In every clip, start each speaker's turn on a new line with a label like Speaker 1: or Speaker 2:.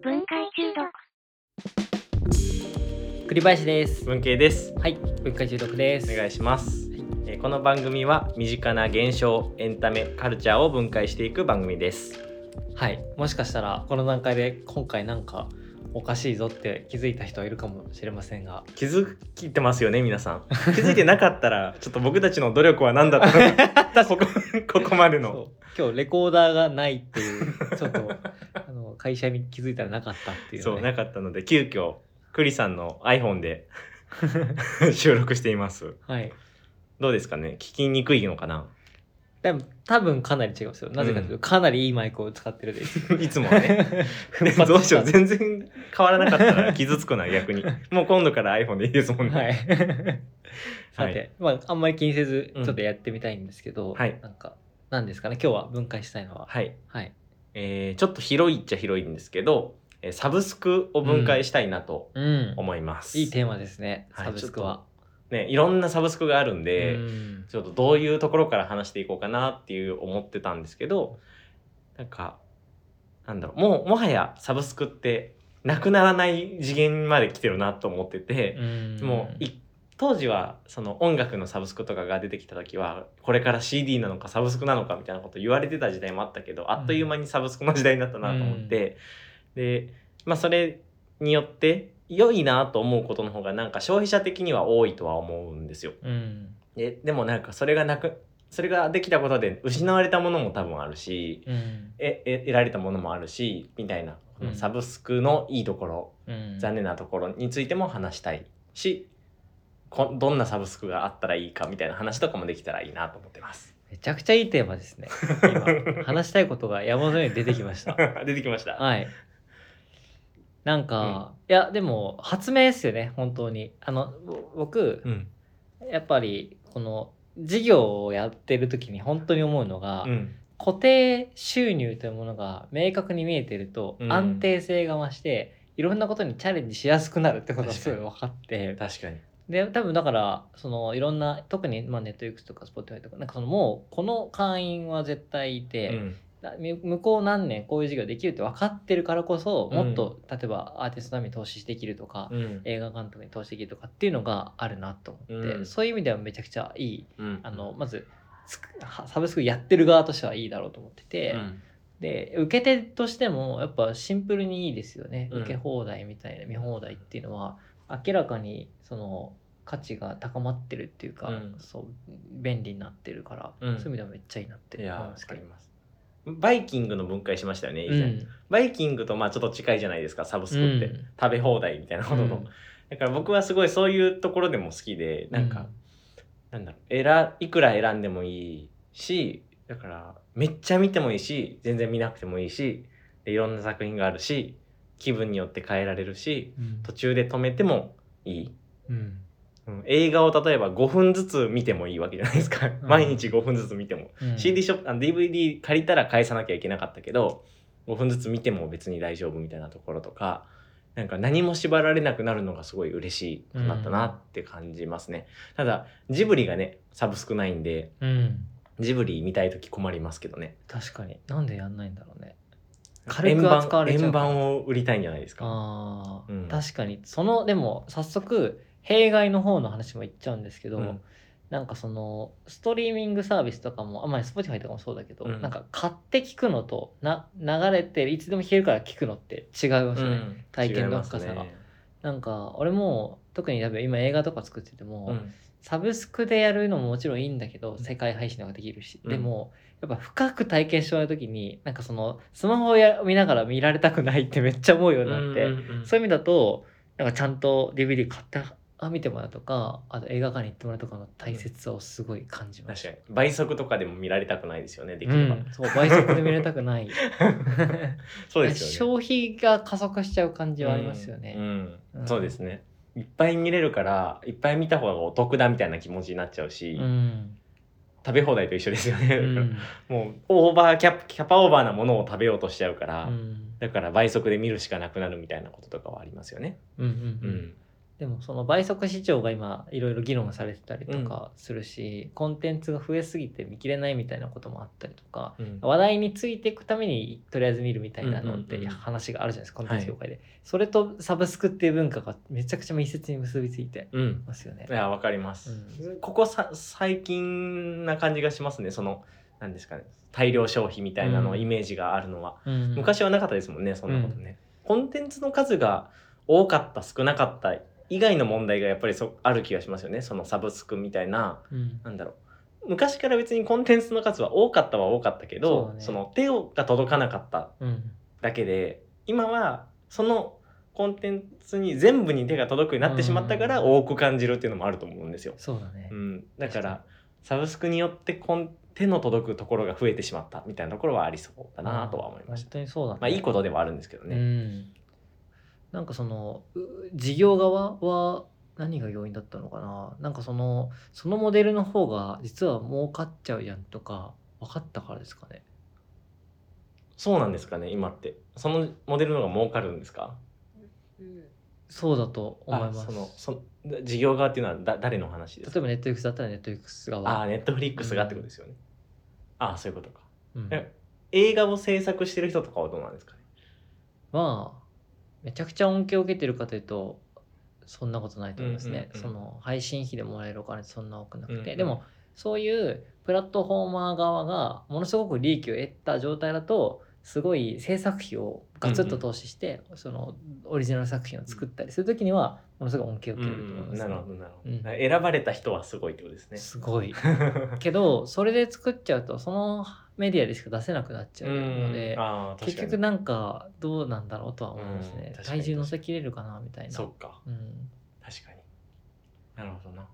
Speaker 1: 文化中毒
Speaker 2: 栗林です。
Speaker 3: 文系です
Speaker 2: はい、文化中毒です。
Speaker 3: お願いします
Speaker 2: はい、
Speaker 3: えーこの番組は身近な現象エンタメカルチャーを分解していく番組です
Speaker 2: はい、もしかしたらこの段階で今回なんかおかしいぞって気づいた人はいるかもしれませんが、
Speaker 3: 気づいてますよね皆さん 気づいてなかったらちょっと僕たちの努力は何だった のかここここまでの
Speaker 2: そう今日レコーダーがないっていうち ょっとあの会社に気づいたらなかったっていう、ね。
Speaker 3: そうなかったので急遽クリさんの iPhone で収録しています
Speaker 2: はい。
Speaker 3: どうですかね聞きにくいの かな
Speaker 2: でも多分かなり違うんですよ。なぜかというと、かなりいいマイクを使ってるで。
Speaker 3: いつもは ね
Speaker 2: 奮発した
Speaker 3: どうしよう全然変わらなかったら傷つくな逆にもう今度から iPhone でいいですもんね、
Speaker 2: はい。さ
Speaker 3: はい
Speaker 2: て、まああんまり気にせずち
Speaker 3: う
Speaker 2: ょ
Speaker 3: ん
Speaker 2: っとやってみたいんですけど、
Speaker 3: はい
Speaker 2: なんかなんですかね今日は分解したいのは。
Speaker 3: はい
Speaker 2: はい。
Speaker 3: えーちょっと広いっちゃ広いんですけど、えーサブスクを分解したいなと
Speaker 2: うん。
Speaker 3: 思います。
Speaker 2: いいテーマですね。
Speaker 3: はい
Speaker 2: サブスクは。
Speaker 3: ね、いろんなサブスクがあるんで、
Speaker 2: うん
Speaker 3: ちょっとどういうところから話していこうかなっていう思ってたんですけど、なんか、なんだろう、もう、もはやサブスクってなくならない次元まで来てるなと思ってて、もうい、当時はその音楽のサブスクとかが出てきた時はこれから CD なのかサブスクなのかみたいなこと言われてた時代もあったけどあっという間にサブスクの時代になったなと思って、で、まあ、それによって良いなと思うことの方がなんか消費者的には多いとは思うんですよ。
Speaker 2: うん
Speaker 3: ででもなんかそれがなくそれができたことで失われたものも多分あるし
Speaker 2: うん
Speaker 3: ええ得られたものもあるしみたいなこ
Speaker 2: うん
Speaker 3: のサブスクのいいところ
Speaker 2: うん
Speaker 3: 残念なところについても話したいしこどんなサブスクがあったらいいかみたいな話とかもできたらいいなと思ってます
Speaker 2: めちゃくちゃいいテーマですね。今話したいことが山のように出てきました。
Speaker 3: 出てきました
Speaker 2: はい。なんか、いやでも発明ですよね本当に。あのぼ僕
Speaker 3: うん
Speaker 2: やっぱりこの事業をやってる時に本当に思うのが、
Speaker 3: うん
Speaker 2: 固定収入というものが明確に見えてると、
Speaker 3: うん
Speaker 2: 安定性が増していろんなことにチャレンジしやすくなるってことがすごい分かって。
Speaker 3: 確かに
Speaker 2: で多分だからそのいろんな特にまあネットユークスとかスポティファイとかなんかそのもうこの会員は絶対いて、
Speaker 3: ん
Speaker 2: だみ向こう何年こういう事業できるって分かってるからこそ
Speaker 3: うん
Speaker 2: もっと、例えばアーティストのために投資できるとか、
Speaker 3: うん
Speaker 2: 映画監督に投資できるとかっていうのがあるなと思って、
Speaker 3: うん
Speaker 2: そういう意味ではめちゃくちゃいい
Speaker 3: うん
Speaker 2: あのまずつくはサブスクやってる側としてはいいだろうと思ってて、
Speaker 3: うん
Speaker 2: で受け手としてもやっぱシンプルにいいですよね、
Speaker 3: うん
Speaker 2: 受け放題みたいな見放題っていうのは明らかにその価値が高まってるっていうか、
Speaker 3: うん
Speaker 2: そう便利になってるから、
Speaker 3: うん
Speaker 2: そういう意味ではめっちゃいいなって
Speaker 3: い
Speaker 2: 思
Speaker 3: や
Speaker 2: うん
Speaker 3: わ
Speaker 2: です
Speaker 3: か
Speaker 2: け
Speaker 3: り
Speaker 2: ど。
Speaker 3: ますバイキングの分解しましたよね以前、
Speaker 2: うん
Speaker 3: バイキングとまあちょっと近いじゃないですかサブスクって、
Speaker 2: うん
Speaker 3: 食べ放題みたいなことの、
Speaker 2: うん
Speaker 3: だから僕はすごいそういうところでも好きでなんか、なんだろう選いくら選んでもいいしだからめっちゃ見てもいいし全然見なくてもいいしでいろんな作品があるし気分によって変えられるし
Speaker 2: うん
Speaker 3: 途中で止めてもいい、
Speaker 2: うん
Speaker 3: うん、映画を例えば5分ずつ見てもいいわけじゃないですか、
Speaker 2: ん
Speaker 3: 毎日5分ずつ見ても、
Speaker 2: うん
Speaker 3: CD ショップあ DVD 借りたら返さなきゃいけなかったけど5分ずつ見ても別に大丈夫みたいなところとかなんか何も縛られなくなるのがすごい嬉しいなったなって感じますね、ただジブリがねサブスクないんで
Speaker 2: うん
Speaker 3: ジブリ見たい時困りますけどね
Speaker 2: 確かになんでやんないんだろうね。軽
Speaker 3: 円
Speaker 2: く扱わ
Speaker 3: 盤
Speaker 2: れちゃ
Speaker 3: 円
Speaker 2: うから
Speaker 3: 盤を売りたいんじゃないですか
Speaker 2: あー、
Speaker 3: うん
Speaker 2: 確かにそのでも早速弊害の方の話もいっちゃうんですけど、
Speaker 3: うん
Speaker 2: なんかそのストリーミングサービスとかもあまり Spotify とかもそうだけど、
Speaker 3: うん
Speaker 2: なんか買って聞くのとな流れていつでも弾けるから聞くのって違いますよね、
Speaker 3: うん
Speaker 2: 体験の
Speaker 3: 違いますね
Speaker 2: 深さがなんか俺も特に多分今映画とか作ってても、
Speaker 3: うん
Speaker 2: サブスクでやるのももちろんいいんだけど世界配信の方ができるし、でもやっぱ深く体験してもらう時になんかそのスマホをや見ながら見られたくないってめっちゃ思うようになって、
Speaker 3: うんうんうん
Speaker 2: そういう意味だとなんかちゃんと DVD 買ってあ見てもらうとかあと映画館に行ってもらうとかの大切さをすごい感じま
Speaker 3: 確
Speaker 2: し
Speaker 3: か
Speaker 2: た。
Speaker 3: に倍速とかでも見られたくないですよねでき
Speaker 2: う
Speaker 3: れば、
Speaker 2: ん、そう倍速で見られたくない
Speaker 3: そうですよね
Speaker 2: 消費が加速しちゃう感じはありますよ
Speaker 3: うん
Speaker 2: ね。
Speaker 3: うん
Speaker 2: うん
Speaker 3: そうですねいっぱい見れるからいっぱい見た方がお得だみたいな気持ちになっちゃうし、
Speaker 2: うん、
Speaker 3: 食べ放題と一緒ですよね、
Speaker 2: う
Speaker 3: だから
Speaker 2: ん
Speaker 3: もうオーバーキャキャパオーバーなものを食べようとしちゃうから、
Speaker 2: うん
Speaker 3: だから倍速で見るしかなくなるみたいなこととかはありますよね、
Speaker 2: うんうんうんでもその倍速視聴が今いろいろ議論されてたりとかするし、コンテンツが増えすぎて見切れないみたいなこともあったりとか、
Speaker 3: うん
Speaker 2: 話題についていくためにとりあえず見るみたいなのっ
Speaker 3: うん
Speaker 2: て
Speaker 3: うんうん
Speaker 2: 話があるじゃないですか、コンテンツ業界で、それとサブスクっていう文化がめちゃくちゃ密接に結びついて
Speaker 3: うん
Speaker 2: ますよね
Speaker 3: い。やわかります、ここさ最近な感じがしますねその何ですかね大量消費みたいなの、
Speaker 2: うん
Speaker 3: イメージがあるのは
Speaker 2: うん
Speaker 3: 昔はなかったですもんねそんなことね、コンテンツの数が多かった少なかった以外の問題がやっぱりそある気がしますよねそのサブスクみたいな
Speaker 2: うん
Speaker 3: なんだろう昔から別にコンテンツの数は多かったは多かったけ
Speaker 2: そう
Speaker 3: ど
Speaker 2: だね
Speaker 3: その手が届かなかった
Speaker 2: うん
Speaker 3: だけで今はそのコンテンツに全部に手が届くようになってしまったから多く感じるっていうのもあると思うんですよ。
Speaker 2: そうだね
Speaker 3: う、ん、だからサブスクによってこん手の届くところが増えてしまったみたいなところはありそうだなとは思いまし
Speaker 2: 本
Speaker 3: た。
Speaker 2: 当にそうだ、ね
Speaker 3: まあいいことではあるんですけど
Speaker 2: う
Speaker 3: ね。
Speaker 2: ん、なんかそのう事業側は何が要因だったのかななんかそのそのモデルの方が実は儲かっちゃうやんとか分かったからですかね
Speaker 3: そうなんですかね今ってそのモデルの方が儲かるんですか？
Speaker 2: そうだと思いま
Speaker 3: あ
Speaker 2: す
Speaker 3: そのそ事業側っていうのはだ誰の話です
Speaker 2: 例
Speaker 3: か
Speaker 2: え？ばネットフリックスだったらネットフリックス
Speaker 3: あ
Speaker 2: 側
Speaker 3: あネットフリックスがってことですよね。ああそういうことか。
Speaker 2: うん
Speaker 3: え映画を制作してる人とかはどうなんですかね。
Speaker 2: まあめちゃくちゃ恩恵を受けてるかというとそんなことないと思いますね、
Speaker 3: うんうん
Speaker 2: そ
Speaker 3: うん
Speaker 2: の配信費でもらえるお金ってそんな多くなくて、
Speaker 3: うんうん
Speaker 2: でもそういうプラットフォーマー側がものすごく利益を得た状態だとすごい制作費をガツッと投資して、そのオリジナル作品を作ったりする時にはものすごい恩恵を受けると思います、
Speaker 3: なるほどなるほ
Speaker 2: う
Speaker 3: ど。
Speaker 2: ん
Speaker 3: 選ばれた人はすごいってことですね。
Speaker 2: すご いけどそれで作っちゃうとそのメディアでしか出せなくなっちゃうので、
Speaker 3: うんあー確
Speaker 2: 結
Speaker 3: かに
Speaker 2: 局なんかどうなんだろうとは思いますね、
Speaker 3: うん
Speaker 2: 体重乗せきれるかなみたいな
Speaker 3: そっか
Speaker 2: うん、
Speaker 3: 確かに。なるほどな。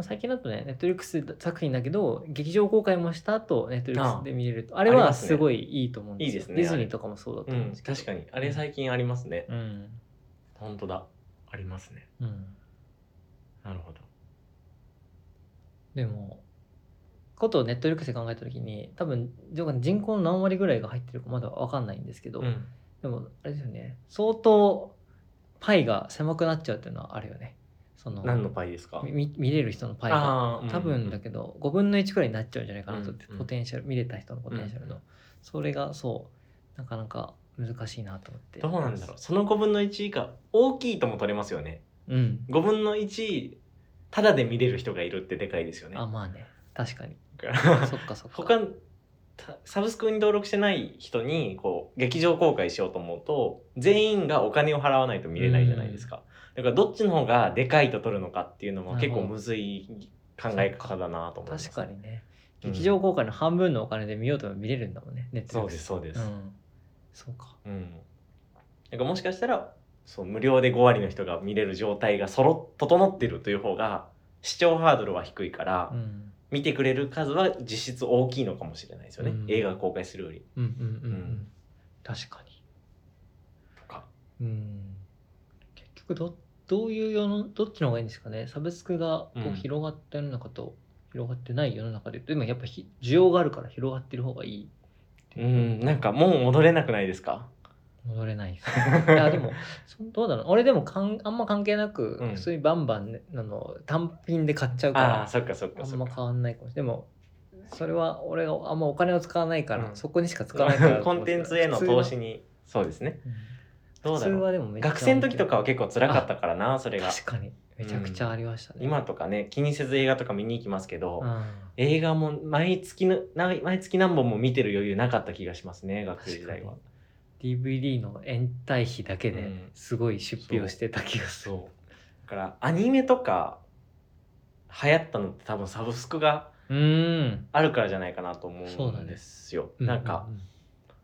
Speaker 2: 最近だとねネットリックス作品だけど劇場公開もした後ネットリックスで見れるとあれ
Speaker 3: あり
Speaker 2: は
Speaker 3: ますね
Speaker 2: すごいいいと思うんですよ
Speaker 3: いいですね
Speaker 2: ディズニーとかもそうだと
Speaker 3: う
Speaker 2: 思うん
Speaker 3: ん
Speaker 2: ですけど、
Speaker 3: 確かにあれ最近ありますね。
Speaker 2: うん
Speaker 3: 本当だありますね。
Speaker 2: うん、
Speaker 3: なるほど。
Speaker 2: でもことをネットリックスで考えた時に多分人口の何割ぐらいが入ってるかまだ分かんないんですけど、
Speaker 3: うん
Speaker 2: でもあれですよね相当パイが狭くなっちゃうっていうのはあるよねその
Speaker 3: 何のパイですか？
Speaker 2: み見れる人のパイが
Speaker 3: あー
Speaker 2: 多分だけど5分の1くらいになっちゃうんじゃないかなと、
Speaker 3: うんうん
Speaker 2: ポテンシャル見れた人のポテンシャルの、
Speaker 3: うん
Speaker 2: それがそうなかなか難しいなと思って
Speaker 3: どうなんだろう。その5分の1以下大きいとも取れますよね。
Speaker 2: ううん
Speaker 3: 5分の1ただで見れる人がいるってでかいですよね。
Speaker 2: あまあね確 かに
Speaker 3: だから
Speaker 2: そっかそっか
Speaker 3: 他たサブスクに登録してない人にこう劇場公開しようと思うと全員がお金を払わないと見れないじゃないですか、だからどっちの方がでかいと取るのかっていうのも結構むずい考え方だなと思います
Speaker 2: 確かにね、
Speaker 3: うん
Speaker 2: 劇場公開の半分のお金で見ようとも見れるんだもんねネット
Speaker 3: そうですそうです、うん
Speaker 2: ん、そうか
Speaker 3: なんかもしかしたらそう無料で5割の人が見れる状態がそろ整ってるという方が視聴ハードルは低いから、
Speaker 2: うん
Speaker 3: 見てくれる数は実質大きいのかもしれないですよね、
Speaker 2: うん
Speaker 3: 映画公開するより
Speaker 2: うんうんうん、う
Speaker 3: うんん、
Speaker 2: 確かに
Speaker 3: とか
Speaker 2: うん結局どどういう世のどっちの方がいいんですかねサブスクがこ
Speaker 3: う
Speaker 2: うん広がった世の中と広がってない世の中で、でもやっぱひ需要があるから広がってる方がいい
Speaker 3: うんなんかもう戻れなくないですか
Speaker 2: 戻れないですいやでもそどうだろう俺でもかんあんま関係なく、
Speaker 3: うん
Speaker 2: 普通にバンバン、ね、あの単品で買っちゃうか
Speaker 3: ああ
Speaker 2: ら
Speaker 3: そっかそっか
Speaker 2: あ
Speaker 3: そ
Speaker 2: ん
Speaker 3: っ
Speaker 2: ま
Speaker 3: か
Speaker 2: 変わんないかもしれないでもそれは俺があんまお金を使わないから、
Speaker 3: うん
Speaker 2: そこにしか使わないから
Speaker 3: コンテンツへの投資にそうですねど
Speaker 2: 普
Speaker 3: う
Speaker 2: 通は,うん、普通
Speaker 3: だろう
Speaker 2: はでもめっちゃ
Speaker 3: 学生の時とかは結構辛かったからなそれが
Speaker 2: 確かにめちゃくちゃありましたね、
Speaker 3: 今とかね気にせず映画とか見に行きますけど、
Speaker 2: うん
Speaker 3: 映画も毎月のな毎月何本も見てる余裕なかった気がしますね学生時代は
Speaker 2: DVD の延滞費だけ
Speaker 3: う
Speaker 2: で
Speaker 3: ん
Speaker 2: すごい出費をしてた気がする、
Speaker 3: そうだからアニメとか流行ったのって多分サブスクが
Speaker 2: うーん
Speaker 3: あるからじゃないかなと思
Speaker 2: そうだ
Speaker 3: う
Speaker 2: ね
Speaker 3: んですよ、
Speaker 2: う
Speaker 3: なんか、
Speaker 2: う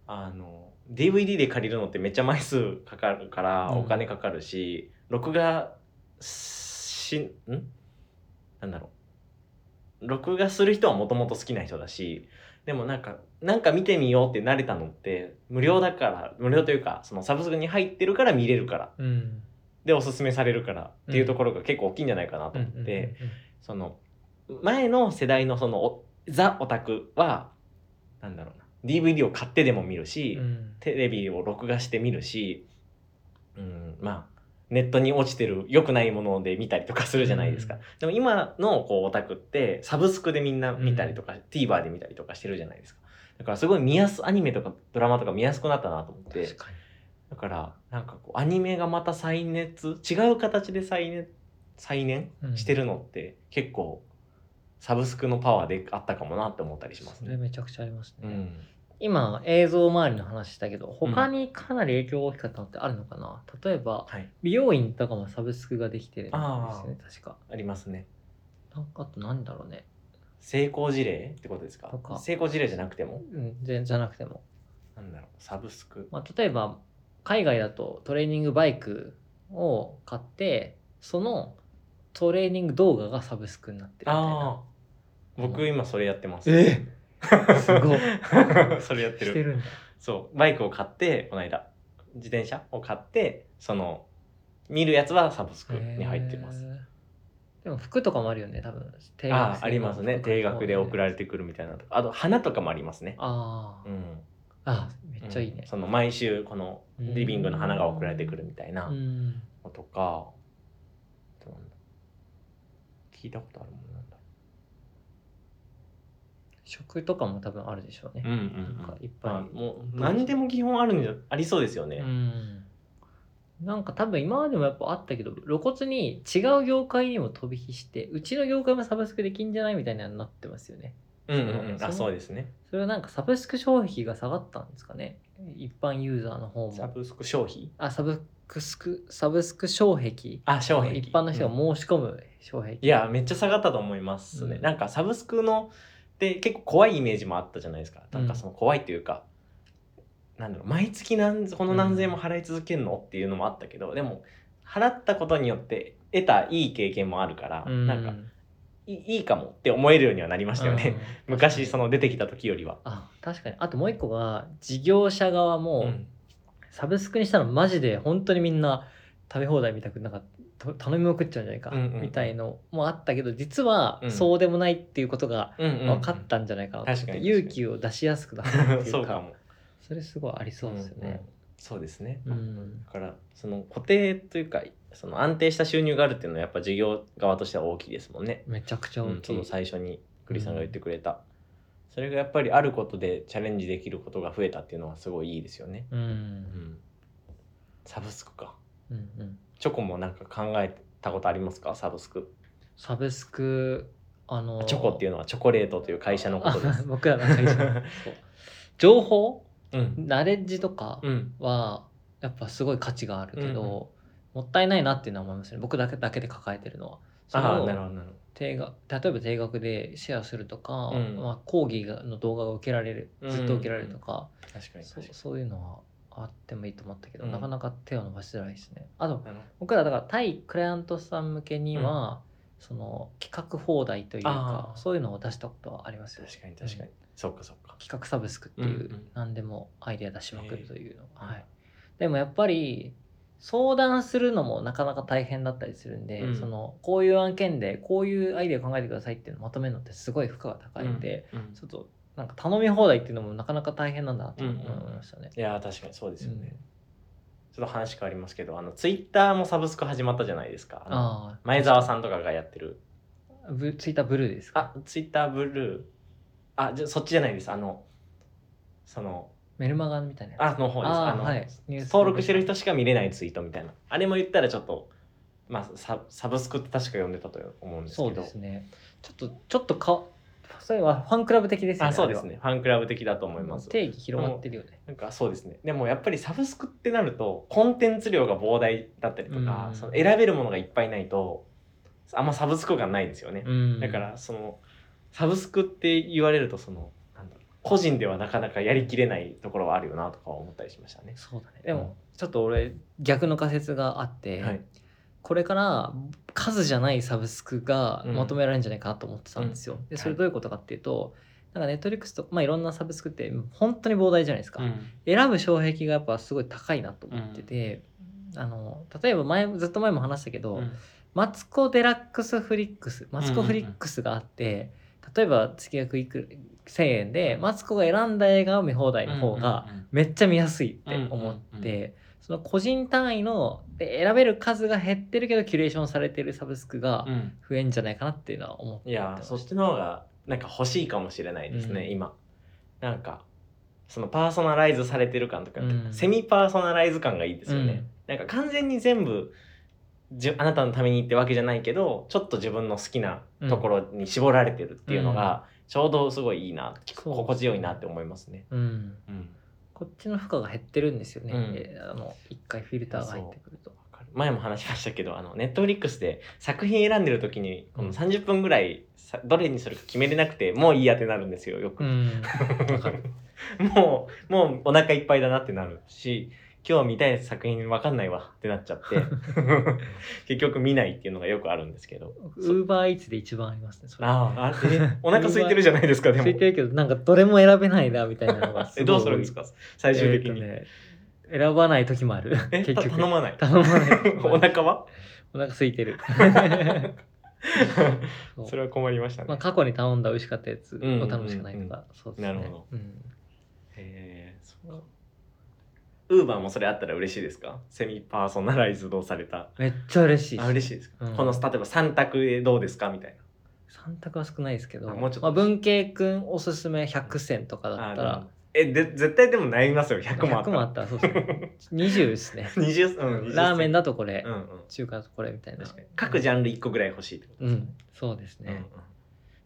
Speaker 3: あの DVD で借りるのってめっちゃ枚数かかるから
Speaker 2: うん
Speaker 3: お金かかるし、録画しんなんだろう録画する人はもともと好きな人だしでもなんかなんか見てみようって慣れたのって無料だから無料というかそのサブスクに入ってるから見れるから
Speaker 2: うんうん
Speaker 3: でおすすめされるからっていうところが結構大きいんじゃないかなと
Speaker 2: うん
Speaker 3: 思っ
Speaker 2: う
Speaker 3: て、
Speaker 2: んうん
Speaker 3: その前の世代のそのおザ・オタクはなんだろうな DVD を買ってでも見るし、
Speaker 2: うん
Speaker 3: テレビを録画して見るし、うん、まあネットに落ちてる良くないもので見たりとかするじゃないですか、
Speaker 2: うん
Speaker 3: でも今のこうオタクってサブスクでみんな見たりとか、TVer で見たりとかしてるじゃないですかだからすごい見やすアニメとかドラマとか見やすくなったなと思って
Speaker 2: 確かに
Speaker 3: だからなんかこうアニメがまた再熱違う形で再熱再燃
Speaker 2: うん
Speaker 3: してるのって結構サブスクのパワーであったかもなって思ったりします
Speaker 2: それ
Speaker 3: ね。
Speaker 2: めちゃくちゃあります
Speaker 3: う
Speaker 2: ね、
Speaker 3: ん、
Speaker 2: 今映像周りの話したけど他にかなり影響大きかったのってあるのかな、例えば
Speaker 3: はい
Speaker 2: 美容院とかもサブスクができてるんですね確か
Speaker 3: ありますね。
Speaker 2: なんかあとなんだろうね、
Speaker 3: 成功事例ってことですか
Speaker 2: とか
Speaker 3: 成功事例じゃなくても
Speaker 2: うん、全じゃなくても、
Speaker 3: なんだろうサブスク。
Speaker 2: まあ、例えば海外だとトレーニングバイクを買ってそのトレーニング動画がサブスクになってるみたいな
Speaker 3: ああ僕今それやってます。
Speaker 2: えすごい
Speaker 3: それやって
Speaker 2: し
Speaker 3: る
Speaker 2: てるんだ
Speaker 3: そうバイクを買ってこの間自転車を買ってその見るやつはサブスクに入ってます。
Speaker 2: へーでも服とかもあるよね多分定制の
Speaker 3: ああありますね
Speaker 2: 服とかも
Speaker 3: 定額で送られてくるみたいなのとかあと花とかもありますね、
Speaker 2: あー、
Speaker 3: うん、
Speaker 2: あめっちゃいいね
Speaker 3: うん、その毎週このリビングの花が送られてくるみたいな
Speaker 2: うん
Speaker 3: のとか、あとなんだ聞いたことあるもんなんだ
Speaker 2: 食とかも多分あるでしょうね、
Speaker 3: うんうん、
Speaker 2: なんかいっぱい
Speaker 3: まあもう何でも基本あるんじゃありそうですよね、
Speaker 2: うんなんか多分今までもやっぱあったけど露骨に違う業界にも飛び火してうちの業界もサブスクできんじゃないみたいなのになってますよね
Speaker 3: うんうんうん
Speaker 2: その
Speaker 3: あそうですね
Speaker 2: それはなんかサブスク消費が下がったんですかね一般ユーザーの方
Speaker 3: サ
Speaker 2: も
Speaker 3: ブスク消費
Speaker 2: あサブスクサブスク障壁
Speaker 3: あ消費
Speaker 2: 一般の人
Speaker 3: うん
Speaker 2: が申し込む障壁、
Speaker 3: いやめっちゃ下がったと思いますね、
Speaker 2: うん
Speaker 3: なんかサブスクので結構怖いイメージもあったじゃないですかなんかその怖いというか、なんだろう毎月何この何千円も払い続けるのっていうのもあったけどでも払ったことによって得たいい経験もあるから、
Speaker 2: うん
Speaker 3: なんかいいいかもって思えるようにはなりましたよね、
Speaker 2: うん
Speaker 3: 昔その出てきた時よりは、
Speaker 2: あ確かにあともう一個が事業者側も、
Speaker 3: うん
Speaker 2: サブスクにしたらマジで本当にみんな食べ放題みたくなんかと頼みまくっちゃうんじゃないか
Speaker 3: うんうんうん
Speaker 2: みたいのもあったけど実は
Speaker 3: うん
Speaker 2: そうでもないっていうことが
Speaker 3: うんうん
Speaker 2: 分かったんじゃないかなと思って
Speaker 3: 確かに
Speaker 2: 勇気を出しやすくなったってい
Speaker 3: そううか
Speaker 2: か
Speaker 3: も
Speaker 2: それすごいありそうですよ
Speaker 3: んん
Speaker 2: ね。
Speaker 3: そうですね、
Speaker 2: うん
Speaker 3: だからその固定というかその安定した収入があるっていうのはやっぱ事業側としては大きいですもんね。
Speaker 2: めちゃくちゃ
Speaker 3: う
Speaker 2: 大
Speaker 3: ん、
Speaker 2: き
Speaker 3: そ
Speaker 2: い、
Speaker 3: の最初に栗さんが言ってくれた、それがやっぱりあることでチャレンジできることが増えたっていうのはすごいいいですよね。
Speaker 2: うん
Speaker 3: うん、サブスクか
Speaker 2: うんうん
Speaker 3: チョコもなんか考えたことありますかサブスク
Speaker 2: サブスクあの。
Speaker 3: チョコっていうのはチョコレートという会社のことです
Speaker 2: 僕らの会社そう情報
Speaker 3: うん、
Speaker 2: ナレッジとか、
Speaker 3: うん、
Speaker 2: はやっぱすごい価値があるけど、もったいないなっていうのは思いますね僕だけだけで抱えてるのは。それ
Speaker 3: ああなる
Speaker 2: を
Speaker 3: ほどなるほ
Speaker 2: 定額例えば定額でシェアするとか、
Speaker 3: うん
Speaker 2: まあ、講義がの動画が受けられるずっと受けられるとか、
Speaker 3: ど確かに確
Speaker 2: そ
Speaker 3: か
Speaker 2: う
Speaker 3: に
Speaker 2: そういうのはあってもいいと思ったけど、
Speaker 3: うん
Speaker 2: なかなか手を伸ばしづらいですね。あと
Speaker 3: あの
Speaker 2: 僕らだから対クライアントさん向けには、その企画放題というか
Speaker 3: あー
Speaker 2: そういうのを出したことはありますよ
Speaker 3: 確かに確かに、そっかそっか。
Speaker 2: 企画サブスクっていう、
Speaker 3: うんうん
Speaker 2: 何でもアイデア出しまくるというのが、
Speaker 3: ええ
Speaker 2: はい、でもやっぱり相談するのもなかなか大変だったりするんで、
Speaker 3: うん
Speaker 2: そのこういう案件でこういうアイデアを考えてくださいっていうのをまとめるのってすごい負荷が高いんで、
Speaker 3: うんうん
Speaker 2: ちょっとなんか頼み放題っていうのもなかなか大変なんだなと思いましたね。
Speaker 3: いやー確かにそうですよね、
Speaker 2: うん
Speaker 3: ちょっと話変わりますけどあのツイッターもサブスク始まったじゃないですかあの
Speaker 2: あ
Speaker 3: 前澤さんとかがやってる
Speaker 2: あぶツイッターブルーですか
Speaker 3: あツイッターブルーあじゃそっちじゃないですあのその
Speaker 2: メルマガみたいなやつ
Speaker 3: あの方です
Speaker 2: あ
Speaker 3: あ
Speaker 2: ー
Speaker 3: の、
Speaker 2: はいニュース
Speaker 3: 登録してる人しか見れないツイートみたいなあれも言ったらちょっとまあササブスクって確か読んでたと思うんですけ
Speaker 2: そ
Speaker 3: ど
Speaker 2: うですねちょっとちょっとかそれはファンクラブ的ですよね
Speaker 3: あそうです
Speaker 2: れは
Speaker 3: ねファンクラブ的だと思います
Speaker 2: 定義広がってるよね
Speaker 3: なんかそうですねでもやっぱりサブスクってなるとコンテンツ量が膨大だったりとか、
Speaker 2: うん
Speaker 3: その選べるものがいっぱいないとあんまサブスクがないんですよね、
Speaker 2: うん
Speaker 3: だからそのサブスクって言われるとそのなんだろう個人ではなかなかやりきれないところはあるよなとか思ったりしましたね。
Speaker 2: そうだねでも、ちょっと俺逆の仮説があって、
Speaker 3: はい、
Speaker 2: これから数じゃないサブスクが
Speaker 3: うん
Speaker 2: 求められるんじゃないかなと思ってたんですよ、でそれどういうことかっていうと、なんかネットフリックスとまあいろんなサブスクって本当に膨大じゃないですか、選ぶ障壁がやっぱすごい高いなと思ってて、あの例えば前ずっと前も話したけど、マツコ・デラックス・フリックスマツコ・フリックスがあって、例えば月額いく1,000円でマツコが選んだ映画を見放題の方が、めっちゃ見やすいって思って、
Speaker 3: うんうんう
Speaker 2: その個人単位ので選べる数が減ってるけどキュレーションされてるサブスクが
Speaker 3: うん、
Speaker 2: 増えんじゃないかなっていうのは思って
Speaker 3: いやーそっちの方がなんか欲しいかもしれないですね、
Speaker 2: うん
Speaker 3: 今なんかそのパーソナライズされてる感とか、
Speaker 2: うん
Speaker 3: セミパーソナライズ感がいいですよね、なんか完全に全部じゅあなたのためにってわけじゃないけどちょっと自分の好きなところに絞られてるっていうのが、ちょうどすごいいいな、
Speaker 2: そう
Speaker 3: 心地よいなって思いますね、
Speaker 2: うん、うん
Speaker 3: うん、
Speaker 2: こっちの負荷が減ってるんですよね、
Speaker 3: うん
Speaker 2: えーあの一回フィルターが入ってくると。
Speaker 3: わかる前も話しましたけどあのネットフリックスで作品選んでる時にこの30分ぐらいさどれにするか決めれなくてもういいやってなるんですよよく、
Speaker 2: うん わかる
Speaker 3: もうもうお腹いっぱいだなってなるし今日見たい作品わかんないわってなっちゃって 結局見ないっていうのがよくあるんですけど
Speaker 2: ウーバーイーツで一番ありますねそれ
Speaker 3: あああえお腹空いてるじゃないですかでも
Speaker 2: ついてるけどなんかどれも選べないなみたいなのが
Speaker 3: えどうするんですか最終的に、
Speaker 2: えーとね、選ばない時もある
Speaker 3: え
Speaker 2: 結
Speaker 3: た
Speaker 2: 局
Speaker 3: 頼まない
Speaker 2: 頼まない
Speaker 3: お腹は
Speaker 2: お腹空い てるそう
Speaker 3: それは困りましたね、
Speaker 2: まあ、過去に頼んだ美味しかったやつを頼むしかないとか、そうですね
Speaker 3: なるほど
Speaker 2: うん
Speaker 3: へえそうかウーバーもそれあったら嬉しいですかセミパーソナライズドされた
Speaker 2: めっちゃ嬉しい
Speaker 3: あ嬉しいですか、
Speaker 2: うん
Speaker 3: この例えば3択でどうですかみたい
Speaker 2: 3択は少ないですけど
Speaker 3: あもうちょっと
Speaker 2: まあ、文系くんおすすめ100選とか
Speaker 3: な
Speaker 2: だった
Speaker 3: あーで
Speaker 2: ら
Speaker 3: もえで絶対でも悩みますよ100もあった
Speaker 2: 100もあ
Speaker 3: ら
Speaker 2: ったらそうですね 20ですね
Speaker 3: 20うん20
Speaker 2: ラーメンだとこれ、
Speaker 3: うんうん
Speaker 2: 中華だとこれみたいな
Speaker 3: 確かに各ジャンル1個ぐらい欲しいってこと
Speaker 2: う
Speaker 3: ですね
Speaker 2: んそうですね、
Speaker 3: うんうん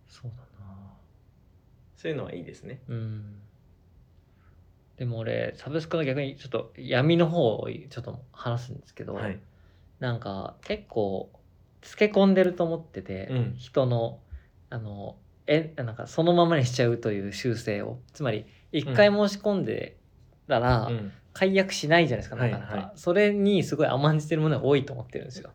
Speaker 2: そうだな
Speaker 3: そういうのはいいですね
Speaker 2: うんでも俺サブスクの逆にちょっと闇の方をちょっと話すんですけど、
Speaker 3: はい
Speaker 2: なんか結構つけ込んでると思ってて、
Speaker 3: うん
Speaker 2: 人のあのえなんかそのままにしちゃうという習性をつまり一回申し込んでたら
Speaker 3: うん
Speaker 2: 解約しないじゃないですか、なかなか、
Speaker 3: はいは
Speaker 2: それにすごい甘んじてるものが多いと思ってるんですよ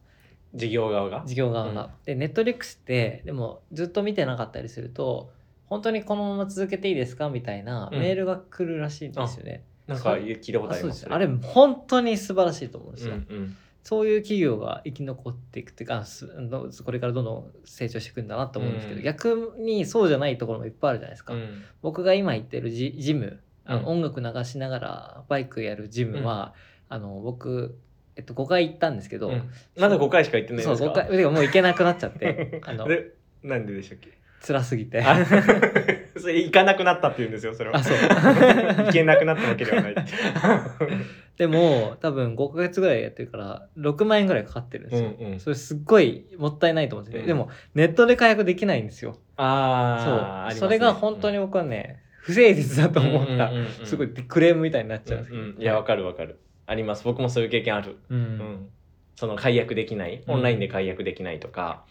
Speaker 3: 事業側が
Speaker 2: 事業側が。
Speaker 3: うん
Speaker 2: でネットリックスってでもずっと見てなかったりすると本当にこのまま続けていいですかみたいな
Speaker 3: うん
Speaker 2: メールが来るらしいんですよね。
Speaker 3: なんか聞いたこと
Speaker 2: あ
Speaker 3: あり
Speaker 2: そう
Speaker 3: ま
Speaker 2: です
Speaker 3: す
Speaker 2: ねあれ本当に素晴らしいと思うんです
Speaker 3: うん
Speaker 2: よ。
Speaker 3: うん
Speaker 2: そういう企業が生き残っていくっていうかすのこれからどんどん成長していくんだなと思うんですけど、
Speaker 3: うん
Speaker 2: 逆にそうじゃないところもいっぱいあるじゃないですか。
Speaker 3: うん
Speaker 2: 僕が今行ってるジジムあの、
Speaker 3: う
Speaker 2: 音楽流しながらバイクやるジムは、あの僕、えっと、5回行ったんですけど、
Speaker 3: うんまだ5回しか行ってないん
Speaker 2: そう
Speaker 3: です
Speaker 2: 5
Speaker 3: か
Speaker 2: 回てかもう行けなくなっちゃって あの
Speaker 3: でなんででしたっけ
Speaker 2: 辛すぎて。
Speaker 3: あ それ行かなくなったって言うんですよそれは
Speaker 2: あそう
Speaker 3: 行けなくなったわけではない
Speaker 2: でも多分5ヶ月ぐらいやってるから6万円ぐらいかかってるんですよ。
Speaker 3: うんう ん
Speaker 2: それすっごいもったいないと思ってて、
Speaker 3: うん
Speaker 2: でもネットで解約できないんですよ。
Speaker 3: ああ
Speaker 2: そうそれが本当に僕はね、不誠実だと思った、すごいクレームみたいになっちゃうんですけど、
Speaker 3: いやわかるわかるあります僕もそういう経験ある
Speaker 2: う
Speaker 3: うんんその解約できない
Speaker 2: うん
Speaker 3: オンラインで解約できないとか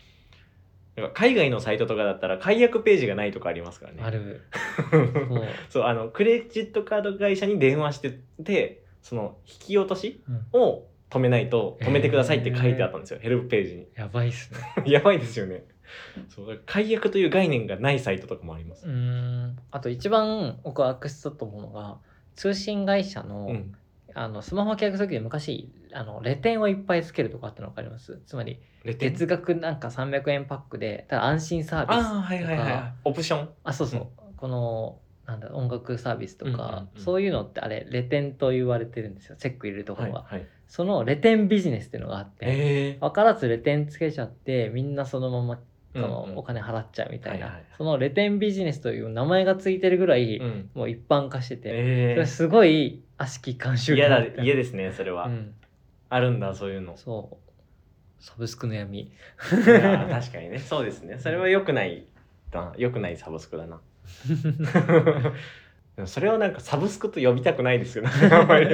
Speaker 3: なんか海外のサイトとかだったら解約ページがないとかありますからね
Speaker 2: あるもう、
Speaker 3: そうあのクレジットカード会社に電話しててその引き落とし
Speaker 2: うん
Speaker 3: を止めないと止めてくださいって書いてあったんですよ、ヘルプページに
Speaker 2: やばいっすね
Speaker 3: やばいですよね。そうだから解約という概念がないサイトとかもあります。
Speaker 2: うーんあと一番僕は悪質だと思うのが通信会社の,、
Speaker 3: うん。
Speaker 2: あのスマホを契約する時で昔あのレテンをいっぱいつけるとかあったの分かりますつまり
Speaker 3: レテン
Speaker 2: 月額なんか300円パックでただ安心サービス
Speaker 3: ああ、はいはいはい
Speaker 2: と
Speaker 3: は
Speaker 2: か
Speaker 3: い。オプション。
Speaker 2: あそうそう、このなんだ音楽サービスとか、
Speaker 3: うんうんうん
Speaker 2: そういうのってあれレテンと言われてるんですよチェック入れるとこ
Speaker 3: は
Speaker 2: ろ
Speaker 3: い
Speaker 2: が、
Speaker 3: はい。
Speaker 2: そのレテンビジネスっていうのがあって、
Speaker 3: ええ。
Speaker 2: 分からずレテンつけちゃってみんなそのままそのお
Speaker 3: う
Speaker 2: 金払っちゃうみたいな、
Speaker 3: はいはいはい
Speaker 2: そのレテンビジネスという名前がついてるぐらい、
Speaker 3: んうん。
Speaker 2: もう一般化してて、そ
Speaker 3: え
Speaker 2: れすごい悪しき慣
Speaker 3: え。
Speaker 2: 習
Speaker 3: 嫌だ
Speaker 2: みたいな
Speaker 3: 嫌ですねそれは、
Speaker 2: うん、
Speaker 3: あるんだそういうの。
Speaker 2: そうサブスクの闇
Speaker 3: いやー確かにねそうですねそれは良くないだ良くないサブスク だな。でもそれをなんかサブスクと呼びたくないです よね。あんまり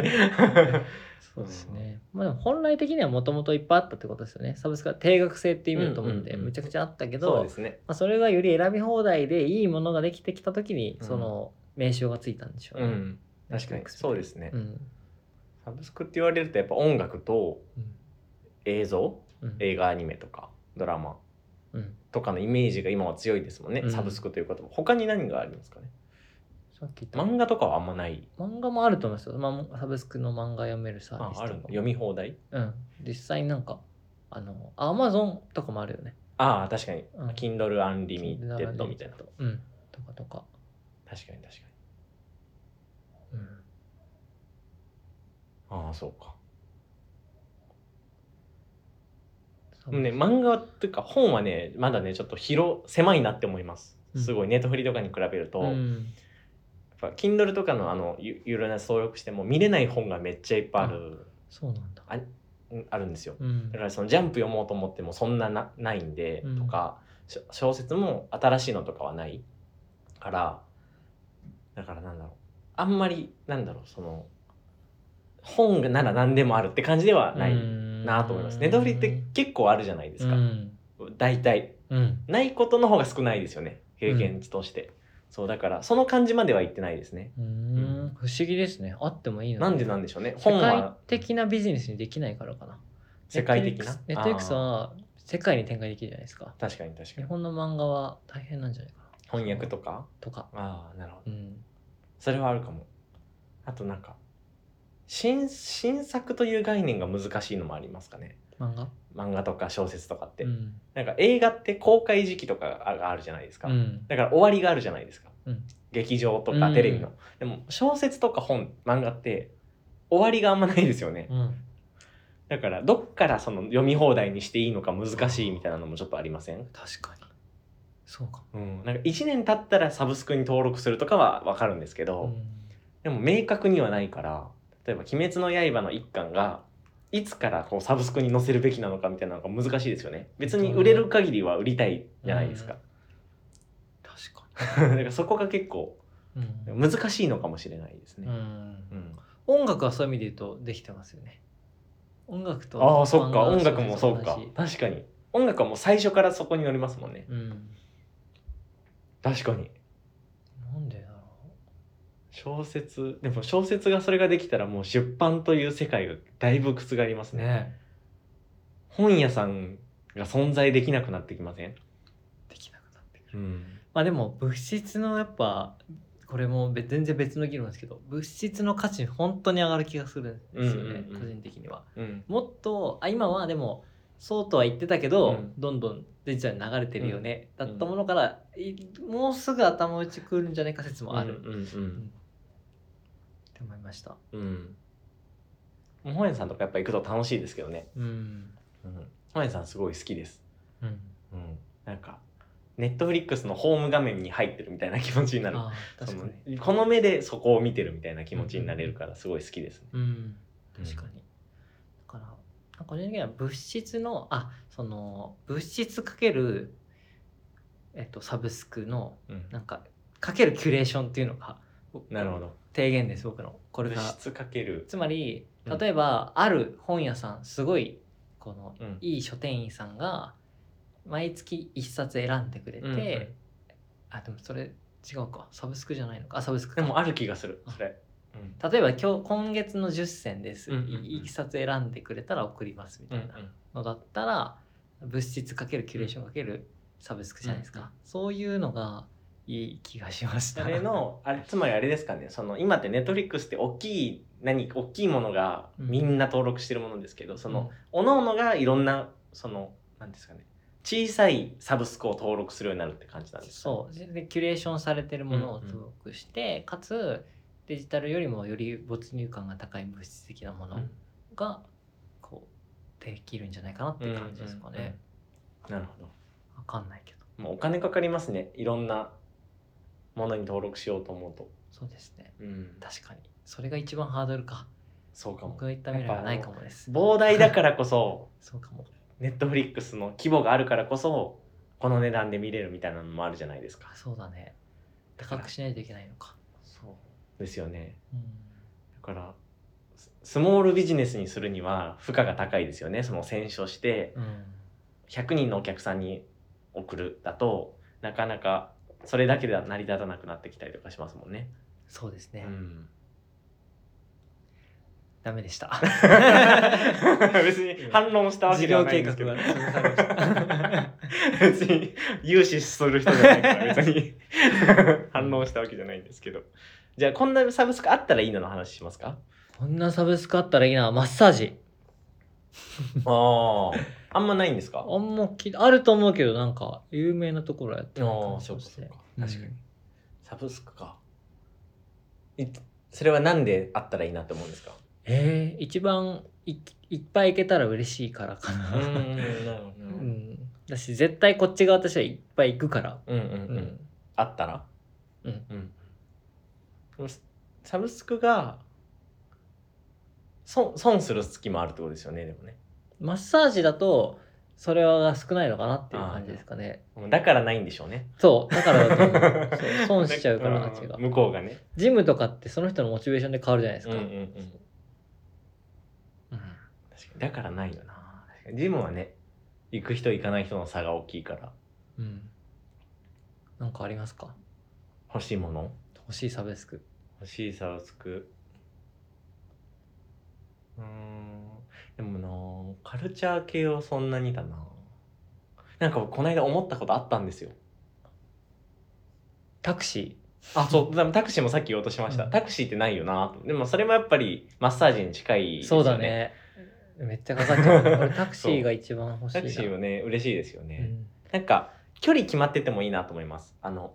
Speaker 2: そうですね、まあでも本来的にはもともといっぱいあったってことですよねサブスクは定額制って意味だと思うんで、
Speaker 3: うんうんうん
Speaker 2: むちゃくちゃあったけど
Speaker 3: そうですね。
Speaker 2: まあ、それがより選び放題でいいものができてきた時に
Speaker 3: うん
Speaker 2: その名称がついたんでしょう
Speaker 3: う
Speaker 2: ね、
Speaker 3: ん。確かにそうですね、
Speaker 2: うん
Speaker 3: サブスクって言われるとやっぱ音楽と
Speaker 2: うん
Speaker 3: 映像
Speaker 2: うん
Speaker 3: 映画アニメとかドラマ
Speaker 2: うん
Speaker 3: とかのイメージが今は強いですもんね、
Speaker 2: うん
Speaker 3: サブスクという言葉他に何がありますかね
Speaker 2: さっき言った
Speaker 3: 漫画とかはあんまない
Speaker 2: 漫画もあると思いますよ、まあ、サブスクの漫画読めるサー
Speaker 3: あ
Speaker 2: ビス
Speaker 3: あるの
Speaker 2: とか
Speaker 3: 読み放題
Speaker 2: うん実際なんかあのアマゾンとかもあるよね
Speaker 3: ああ確かに、
Speaker 2: うん
Speaker 3: Kindle Unlimited みたいな確か
Speaker 2: うんとかとか、
Speaker 3: に確かに
Speaker 2: うん
Speaker 3: ああそうか
Speaker 2: 多分
Speaker 3: ね、漫画というか本はねまだねちょっと広狭いなって思います
Speaker 2: うん
Speaker 3: すごいネットフリとかに比べると、
Speaker 2: う
Speaker 3: やっ
Speaker 2: ん
Speaker 3: ぱ Kindle とかのあのゆいろんな登録しても見れない本がめっちゃいっぱいある、
Speaker 2: そうなんだ
Speaker 3: うんあるんですよ
Speaker 2: うん
Speaker 3: だからそのジャンプ読もうと思ってもそんななないんで、
Speaker 2: うん
Speaker 3: とかし小説も新しいのとかはないからだからなんだろうあんまりなんだろうその本なら何でもあるって感じではないなと思います。ネットフリって結構あるじゃないで
Speaker 2: です
Speaker 3: か、大体
Speaker 2: うん
Speaker 3: ないことの方が少ないですよね経験値として、そうだからその感じまではいってないですね
Speaker 2: うんうん不思議ですねあってもいいの
Speaker 3: なん
Speaker 2: で
Speaker 3: でなんでしょうね
Speaker 2: 世
Speaker 3: 本
Speaker 2: 界
Speaker 3: は
Speaker 2: 的なビジネスにできないからかな
Speaker 3: 世界的な
Speaker 2: ネットフリックスは世界に展開できるじゃないですか
Speaker 3: あー確かに確か
Speaker 2: 日
Speaker 3: に
Speaker 2: 本の漫画は大変なんじゃないかな
Speaker 3: 翻訳とか
Speaker 2: とか
Speaker 3: ああなるほど
Speaker 2: うん
Speaker 3: それはあるかもあとなんか新新作という概念が難しいのもありますかね
Speaker 2: 漫画
Speaker 3: 漫画とか小説とかって、
Speaker 2: うん
Speaker 3: なんか映画って公開時期とかがあるじゃないですか、
Speaker 2: うん
Speaker 3: だから終わりがあるじゃないですか、
Speaker 2: うん
Speaker 3: 劇場と
Speaker 2: う
Speaker 3: か
Speaker 2: ん
Speaker 3: テレビの、でも小説とか本漫画って終わりがあんまないですよね、
Speaker 2: うん
Speaker 3: だからどっからその読み放題にしていいのか難しいみたいなのもちょっとありません、
Speaker 2: 確かにそうかも
Speaker 3: うん、なんか1年経ったらサブスクに登録するとかは分かるんですけど、
Speaker 2: うん
Speaker 3: でも明確にはないから例えば「鬼滅の刃」の一巻がいつからこうサブスクに載せるべきなのかみたいなのが難しいですよね別に売れる限りは売りたいじゃないですか、
Speaker 2: 確か
Speaker 3: だからそこが結構
Speaker 2: にうん
Speaker 3: 難しいのかもしれないです
Speaker 2: う
Speaker 3: ね、
Speaker 2: ん
Speaker 3: うん
Speaker 2: 音楽はそういう意味で言うとできてますよね音楽と
Speaker 3: ああそ
Speaker 2: 漫
Speaker 3: っか
Speaker 2: 画は
Speaker 3: 音楽もそうか
Speaker 2: 同じ
Speaker 3: 確かに音楽はもう最初からそこに載りますもんね
Speaker 2: うん
Speaker 3: 確かに
Speaker 2: なんでだろ
Speaker 3: 小説でも小説がそれができたらもう出版という世界がだいぶ覆ります
Speaker 2: う
Speaker 3: ね
Speaker 2: ね
Speaker 3: 本屋さんが存在できなくなってきません、
Speaker 2: できなくなってくる
Speaker 3: うん、
Speaker 2: まあでも物質のやっぱこれも別全然別の議論ですけど物質の価値本当に上がる気がするんですよね、
Speaker 3: うんうんうん
Speaker 2: 個人的には
Speaker 3: うん
Speaker 2: もっとあ今はでもそうとは言ってたけど、
Speaker 3: うん
Speaker 2: どんどんデジタルに流れてるよね、だったものから、いもうすぐ頭打ちくるんじゃないか説もある、
Speaker 3: うんうん
Speaker 2: って思いました
Speaker 3: うんうん本屋さんとかやっぱ行くと楽しいですけどね、
Speaker 2: うん、
Speaker 3: うん、本屋さんすごい好きです、
Speaker 2: うん、
Speaker 3: うん、なんかネットフリックスのホーム画面に入ってるみたいな気持ちになる
Speaker 2: あー確かに
Speaker 3: そのこの目でそこを見てるみたいな気持ちになれるからすごい好きですね、
Speaker 2: うん
Speaker 3: うん
Speaker 2: 確かに、だからなんか個人的には物質のあその物質かけるえっとサブスクの
Speaker 3: うん
Speaker 2: なんかかけるキュレーションっていうのが
Speaker 3: なるほど
Speaker 2: 提言です僕のこれ
Speaker 3: 物
Speaker 2: が
Speaker 3: 質かける、
Speaker 2: つまり
Speaker 3: うん
Speaker 2: 例えば、ある本屋さんすごいこの
Speaker 3: うん
Speaker 2: いい書店員さんが毎月1冊選んでくれて、
Speaker 3: うんうん
Speaker 2: あでもそれ違うかサブスクじゃないのかあサブスク
Speaker 3: で
Speaker 2: か
Speaker 3: もある気がするそれ、うん
Speaker 2: 例えば今日今月の10選です、
Speaker 3: うんうんうん
Speaker 2: いい冊選んでくれたら送りますみたいなのだったら、物質かけるキュレーションかけるサブスクじゃないですか、
Speaker 3: うんうん
Speaker 2: そういうのがいい気がしました
Speaker 3: それのあ れつまりあれですかねその今ってネットフリックスって大きい何大きいものが
Speaker 2: うん
Speaker 3: みんな登録してるものですけど、その、各々がいろんなその何ですかね小さいサブスクを登録するようになるって感じなんですかね
Speaker 2: そうでキュレーションされてるものを
Speaker 3: うんうん
Speaker 2: 登録して、かつデジタルよりもより没入感が高い物質的なものがこうできるんじゃないかなっていう感じですかね、
Speaker 3: うんうんうんなるほど
Speaker 2: わかんないけど
Speaker 3: もうお金かかりますねいろんなものに登録しようと思うと、
Speaker 2: そうですね
Speaker 3: うん、
Speaker 2: 確かにそれが一番ハードルか
Speaker 3: そうかも
Speaker 2: 僕が言った未来はないかもです
Speaker 3: 膨大だからこそ
Speaker 2: そうかも
Speaker 3: ネットフリックスの規模があるからこそこの値段で見れるみたいなのもあるじゃないですか
Speaker 2: あそうだね
Speaker 3: だか
Speaker 2: 高
Speaker 3: ら
Speaker 2: くしないといけないのか
Speaker 3: そうですよね
Speaker 2: うん
Speaker 3: だからススモールビジネスにするには負荷が高いですよねその選書して
Speaker 2: うん
Speaker 3: 100人のお客さんに送るだとなかなかそれだけでは成り立たなくなってきたりとかしますもんね。
Speaker 2: そうです
Speaker 3: う
Speaker 2: ね、
Speaker 3: ん、
Speaker 2: ダメでした
Speaker 3: 別に反論したわけ
Speaker 2: 事
Speaker 3: では
Speaker 2: 業
Speaker 3: ないん
Speaker 2: 計
Speaker 3: で
Speaker 2: 画
Speaker 3: すけど
Speaker 2: が潰されました
Speaker 3: 別に融資する人じゃないから別 に反論したわけじゃないんですけどじゃあこんなサブスクあったらいいのの話しますか
Speaker 2: こんなサブスクあったらいいなマッサージ
Speaker 3: ああんまないんですか
Speaker 2: あんまきあると思うけどなんか有名なところはやって
Speaker 3: あ
Speaker 2: ない
Speaker 3: あ
Speaker 2: 感じ
Speaker 3: そう
Speaker 2: が
Speaker 3: か
Speaker 2: し
Speaker 3: そ
Speaker 2: て
Speaker 3: うか確かに、
Speaker 2: うん
Speaker 3: サブスクかいそれはなんであったらいいなって思うんですか
Speaker 2: えー、一番いいっぱいいけたら嬉しいからかな、
Speaker 3: なるほど
Speaker 2: う
Speaker 3: なるほど
Speaker 2: ん、だし絶対こっち側としてはいっぱい行くから、
Speaker 3: うんうん
Speaker 2: う
Speaker 3: うんあったら
Speaker 2: うん
Speaker 3: うんでもサブスクが損損する月もあるってことですよねでもね
Speaker 2: マッサージだとそれは少ないのかなっていう感じですかね
Speaker 3: もうだからないんでしょうね
Speaker 2: そうだからだと思うそう損しちゃうから
Speaker 3: ん
Speaker 2: あっちが
Speaker 3: 向こうがね
Speaker 2: ジムとかってその人のモチベーションで変わるじゃないですか、
Speaker 3: うんうんうん
Speaker 2: うん
Speaker 3: 確かにだからないよな確かにジムはね行く人行かない人の差が大きいから
Speaker 2: うんなんかありますか
Speaker 3: 欲しいもの
Speaker 2: 欲しいサブスク
Speaker 3: 欲しいサブスクうーんでもなカルチャー系はそんなにだななんかこの間思ったことあったんですよ
Speaker 2: タクシ
Speaker 3: あそうでもタクシーもさっき言おうとしました、
Speaker 2: うん
Speaker 3: タクシーってないよなとでもそれもやっぱりマッサージに近い
Speaker 2: ー、
Speaker 3: です
Speaker 2: そ
Speaker 3: よ
Speaker 2: うだねめっちゃかかっちゃう ね俺タクシーが一番欲しい
Speaker 3: タ
Speaker 2: な
Speaker 3: クシーはね嬉しいですよ
Speaker 2: う
Speaker 3: ね、
Speaker 2: ん
Speaker 3: なんか距離決まっててもいいなと思いますあの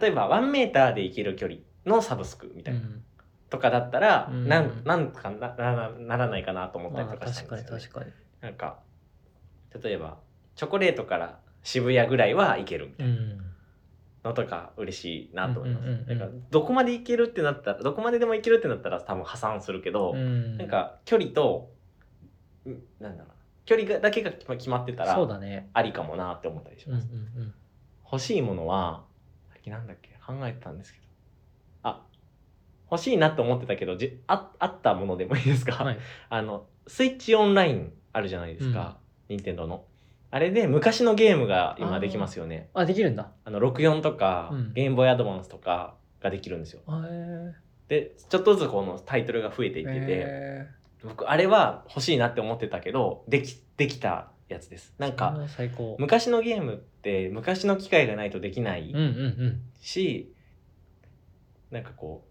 Speaker 3: 例えば1メーターで行ける距離のサブスクみた
Speaker 2: う
Speaker 3: いな、
Speaker 2: ん
Speaker 3: とかだったら、
Speaker 2: うん
Speaker 3: なんなんかななならないかなと思ったり
Speaker 2: ま
Speaker 3: と
Speaker 2: あ
Speaker 3: かしたん
Speaker 2: 確
Speaker 3: で
Speaker 2: か
Speaker 3: す
Speaker 2: に
Speaker 3: よ、
Speaker 2: 確か
Speaker 3: ね
Speaker 2: に
Speaker 3: なんか例えばチョコレートから渋谷ぐらいは行けるみたい
Speaker 2: うん
Speaker 3: なのとか嬉しいなと思いま
Speaker 2: う
Speaker 3: す、
Speaker 2: んうんうんうん
Speaker 3: なんかどこまで行けるってなったらどこまででも行けるってなったら多分破産するけど、
Speaker 2: うん
Speaker 3: なんか距離とうんなんだろうな距離がだけが決ま決まってたら
Speaker 2: そうだね
Speaker 3: ありかもなって思ったりし
Speaker 2: うんうん
Speaker 3: ます、
Speaker 2: うん
Speaker 3: 欲しいものはさっきなんだっけ考えてたんですけどあ欲しいなと思ってたけどじああったものでもいいですか、
Speaker 2: はい
Speaker 3: あの、スイッチオンラインあるじゃないですか、任天堂の。あれで昔のゲームが今できますよね。
Speaker 2: あできるんだ
Speaker 3: あの、64とか、
Speaker 2: うん
Speaker 3: ゲームボーイアドバンスとかができるんですよ。
Speaker 2: へー
Speaker 3: で、ちょっとずつこのタイトルが増えていってて、
Speaker 2: へ
Speaker 3: 僕、あれは欲しいなって思ってたけど、でき、できたやつです。なん
Speaker 2: それ
Speaker 3: か、
Speaker 2: は最高
Speaker 3: 昔のゲームって昔の機械がないとできない
Speaker 2: うんうんうん
Speaker 3: し、なんかこう、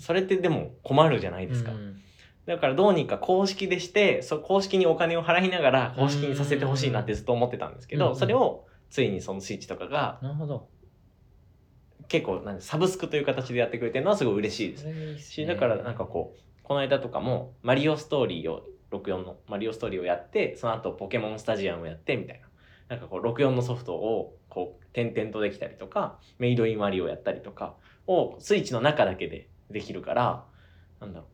Speaker 3: それってでも困るじゃないですか。
Speaker 2: うん
Speaker 3: だからどうにか公式でしてそう公式にお金を払いながら公式にさせてほしいなってずっと思ってたんですけ
Speaker 2: うんう
Speaker 3: ど
Speaker 2: ん
Speaker 3: それをついにそのスイッチとかが
Speaker 2: なるほど
Speaker 3: 結構なんでサブスクという形でやってくれてるのはすごい嬉しいです
Speaker 2: それいいっす
Speaker 3: し
Speaker 2: ね
Speaker 3: だからなんかこうこの間とかも「マリオストーリー」を64の「マリオストーリー」をやってその後ポケモンスタジアム」をやってみたいななんかこう64のソフトをこう点々とできたりとか「メイドインマリオ」やったりとかをスイッチの中だけでできるからなんだろう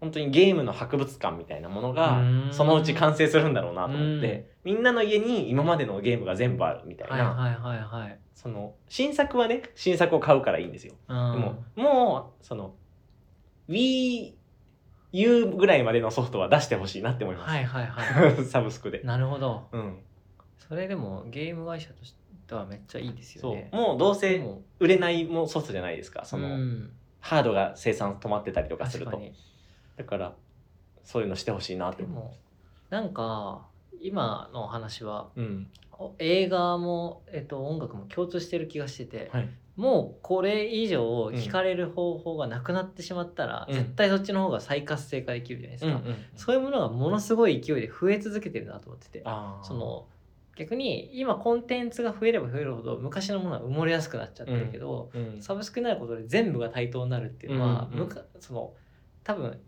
Speaker 3: 本当にゲームの博物館みたいなもの
Speaker 2: う
Speaker 3: が
Speaker 2: ーん
Speaker 3: そのうち完成するんだろうなと思ってみんなの家に今までのゲームが全部あるみたいな、
Speaker 2: はいはいはいはい
Speaker 3: その新作はね新作を買うからいいんですよ
Speaker 2: うん
Speaker 3: でも、もう、その、WiiU ぐらいまでのソフトは出してほしいなって思います。
Speaker 2: はいはいはい
Speaker 3: サブス クで。
Speaker 2: なるほど
Speaker 3: うん。
Speaker 2: それでもゲーム会社としてはめっちゃいいですよ
Speaker 3: そ
Speaker 2: ね
Speaker 3: う。もうどう
Speaker 2: で
Speaker 3: せ
Speaker 2: も
Speaker 3: 売れないもうソフトじゃないですか。その、
Speaker 2: うん
Speaker 3: ハードが生産止まってたりとかする
Speaker 2: 確か
Speaker 3: と。
Speaker 2: に
Speaker 3: だから、そういうのしてほしいなって
Speaker 2: で
Speaker 3: 思う。
Speaker 2: もなんか今のお話は
Speaker 3: うん。
Speaker 2: お映画も、えっと、音楽も共通してる気がしてて、
Speaker 3: はい。
Speaker 2: もうこれ以上聞かれる方法がなくなってしまったら、
Speaker 3: うん
Speaker 2: 絶対そっちの方が再活性化できるじゃないです
Speaker 3: うん
Speaker 2: か、
Speaker 3: うん
Speaker 2: そういうものがものすごい勢いで増え続けてるなと思ってて
Speaker 3: あー
Speaker 2: そ、の逆に今コンテンツが増えれば増えるほど昔のものは埋もれやすくなっちゃってるけど、
Speaker 3: うん、
Speaker 2: サブスクになることで全部が対等になるっていうのは、
Speaker 3: うんうん
Speaker 2: むかその多分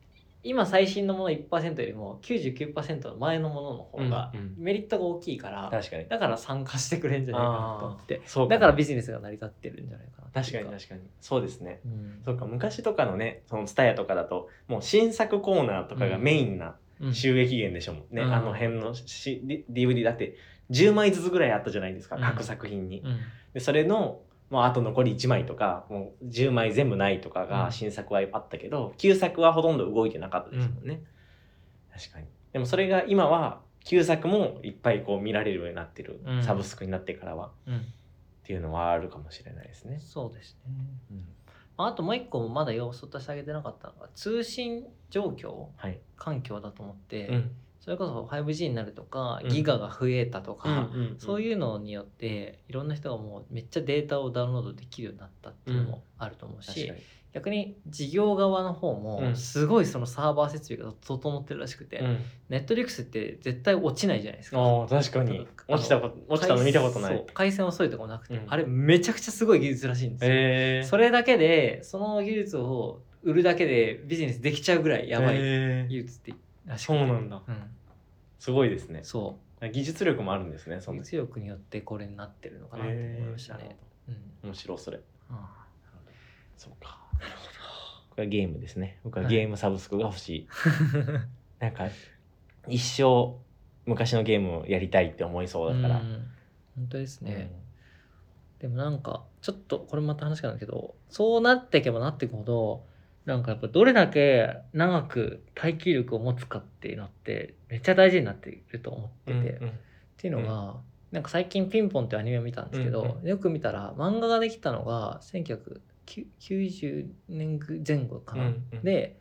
Speaker 2: 今最新のもの1%よりも99%の前のものの方が
Speaker 3: うんうん
Speaker 2: メリットが大きいから、
Speaker 3: 確かに。
Speaker 2: だから参加してくれるんじゃないかなと思って
Speaker 3: そう
Speaker 2: だから
Speaker 3: 確
Speaker 2: ビジネスが成り立ってるんじゃないかなって
Speaker 3: か
Speaker 2: い
Speaker 3: に
Speaker 2: う
Speaker 3: 確かに。そうですね。
Speaker 2: うん
Speaker 3: そうか、昔とかのね、そのツタヤとかだと、もう新作コーナーとかがメインな
Speaker 2: うん
Speaker 3: 収益源でしょもんね、
Speaker 2: うん
Speaker 3: あの辺のし D- DVD だって10枚ずつぐらいあったじゃないですか、
Speaker 2: うん
Speaker 3: 各作品に、
Speaker 2: うん
Speaker 3: でそれのもうあと残り1枚とかもう10枚全部ないとか
Speaker 2: う
Speaker 3: が
Speaker 2: ん
Speaker 3: 新作はあったけど、旧作はほとんど動いてなかったですもんね、確かにでもそれが今は旧作もいっぱいこう見られるようになってる、
Speaker 2: うん
Speaker 3: サブスクになってからは
Speaker 2: うん
Speaker 3: っていうのはあるかもしれないですね、
Speaker 2: そうですねまああともう一個まだ要素として挙げてなかったのが通信状況
Speaker 3: はい、
Speaker 2: 環境だと思って、
Speaker 3: うん
Speaker 2: それこそ 5G になるとか、
Speaker 3: うん
Speaker 2: ギガが増えたとか、
Speaker 3: うん
Speaker 2: そういうのによっていろんな人がもうめっちゃデータをダウンロードできるようになったっていうのもあると思うし、
Speaker 3: 確かに
Speaker 2: 逆に事業側の方
Speaker 3: う
Speaker 2: も
Speaker 3: ん
Speaker 2: すごいそのサーバー設備が整ってるらしくて、
Speaker 3: うん
Speaker 2: ネットリックスって絶対落ちないじゃないですか。
Speaker 3: ああ確かに
Speaker 2: あの
Speaker 3: 落ちたこと落ちたの見たことな
Speaker 2: 回
Speaker 3: い
Speaker 2: そう回線遅いとかもなくて、
Speaker 3: うん
Speaker 2: あれめちゃくちゃすごい技術らしいんですよ。
Speaker 3: えー
Speaker 2: それだけでその技術を売るだけでビジネスできちゃうぐらいやばい
Speaker 3: えー
Speaker 2: 技術ってらしく
Speaker 3: そうなんだ
Speaker 2: うん、
Speaker 3: すごいですね
Speaker 2: そ
Speaker 3: 技術力もあるんですね
Speaker 2: う
Speaker 3: その
Speaker 2: 熱力によってこれになってるのかなって思いましたね、うん
Speaker 3: 面白いそれ
Speaker 2: あ
Speaker 3: そうかこれはゲームですね僕はゲームサブスクが欲しい、
Speaker 2: ー
Speaker 3: なんか一生昔のゲームをやりたいって思いそうだから、
Speaker 2: うん本当ですね、でもなんかちょっとこれまた話があるけどそうなっていけばなっていくほどなんかやっぱどれだけ長く耐久力を持つかっていうのってめっちゃ大事になっていると思って
Speaker 3: う
Speaker 2: て、
Speaker 3: ん
Speaker 2: っ
Speaker 3: うん
Speaker 2: ていうのが、なんか最近「ピンポン」っていうアニメを見たんですけど、
Speaker 3: うんう
Speaker 2: よく見たら漫画ができたのが1990年前後かな、
Speaker 3: うんうん
Speaker 2: で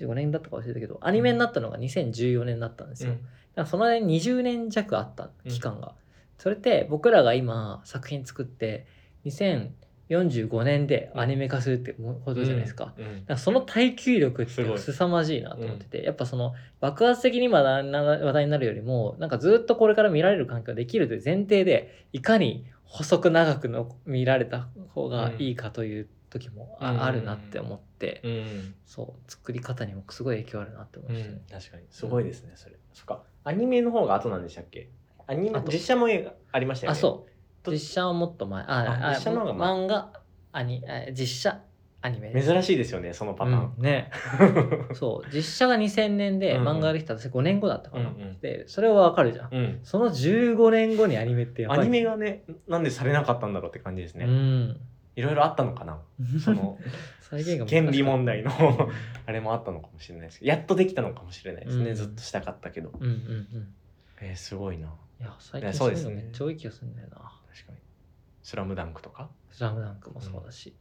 Speaker 2: 95年だったか忘れたけどアニメになったのが2014年だったんですよ、だからその間に20年弱あった
Speaker 3: うん
Speaker 2: 期間が、それって僕らが今作品作って2045年でアニメ化するってほどじゃないですか,、だか
Speaker 3: うんうん
Speaker 2: らその耐久力って
Speaker 3: すごい
Speaker 2: 凄まじいなと思ってて、やっぱその爆発的に今なな話題になるよりもなんかずっとこれから見られる環境ができるという前提でいかに細く長くの見られた方がいいかという時もあ,、
Speaker 3: うん
Speaker 2: るなって思って、
Speaker 3: うん
Speaker 2: そう作り方にもすごい影響あるなって思
Speaker 3: う
Speaker 2: いました
Speaker 3: ん
Speaker 2: ね。、
Speaker 3: 確かにすごいですねそれそっかアニメの方が後なんでしたっけアニメ
Speaker 2: 後
Speaker 3: 実写も映画ありましたよ
Speaker 2: あ
Speaker 3: ね
Speaker 2: そう
Speaker 3: と
Speaker 2: 実写はもっと前あ
Speaker 3: あ
Speaker 2: あ
Speaker 3: 実写の方が前
Speaker 2: 漫画アニあ実写アニメです
Speaker 3: 珍しいですよねそのパターン、
Speaker 2: うんねそう実写が2000年で
Speaker 3: うんうん
Speaker 2: 漫画ができた私5年後だったかな、
Speaker 3: うんうん
Speaker 2: でそれはわかるじゃん、
Speaker 3: うん
Speaker 2: その15年後にアニメってやば
Speaker 3: ア
Speaker 2: い
Speaker 3: ニメがねなんでされなかったんだろうって感じですね、
Speaker 2: うん
Speaker 3: いろいろあったの かなその
Speaker 2: 再現が難しかった
Speaker 3: 権利問題のあれもあったのかもしれないですけどやっとできたのかもしれないですね、
Speaker 2: うん
Speaker 3: ずっとしたかったけど
Speaker 2: うんうんうん
Speaker 3: えー、すごいない
Speaker 2: や最近
Speaker 3: ねそ
Speaker 2: そうう
Speaker 3: で
Speaker 2: ですす
Speaker 3: ね
Speaker 2: ねめっちゃ多い気がするんだよな
Speaker 3: 確かに「スラムダンクとか
Speaker 2: 「スラムダンクもそうだし、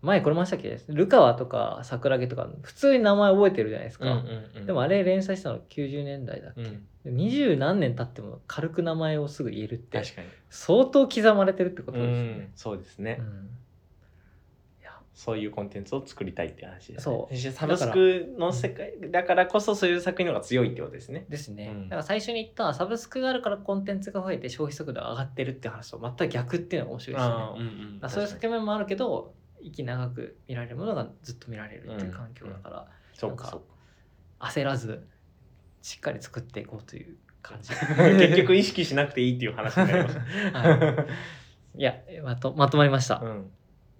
Speaker 2: 前これましたっけルカワとか桜木とか普通に名前覚えてるじゃないですか、でもあ
Speaker 3: れ、
Speaker 2: れ連載したの90年代だっけ、
Speaker 3: うん、
Speaker 2: 二十何年経っても軽く名前をすぐ言えるって
Speaker 3: 確かに
Speaker 2: 相当刻まれてるってことですよ
Speaker 3: うん
Speaker 2: ね。
Speaker 3: そうですね、
Speaker 2: うん
Speaker 3: そういうコンテンツを作りたいって話です、ね、
Speaker 2: そう
Speaker 3: サブスクの世界だからこそそういう作品の方が強いってことですね
Speaker 2: ですね、
Speaker 3: うん
Speaker 2: だから最初に言ったサブスクがあるからコンテンツが増えて消費速度が上がってるって話と全く逆っていうのが面白いですよね。だ
Speaker 3: あーうんうん
Speaker 2: からそういう
Speaker 3: 確か
Speaker 2: 側
Speaker 3: に
Speaker 2: 面もあるけど息長く見られるものがずっと見られるっていう環境だから、
Speaker 3: そうかそうか
Speaker 2: 焦らずしっかり作っていこうという感じ
Speaker 3: 結局意識しなくていいっていう話にな りまし
Speaker 2: はい
Speaker 3: た。
Speaker 2: いやまとまとまりました、
Speaker 3: うん、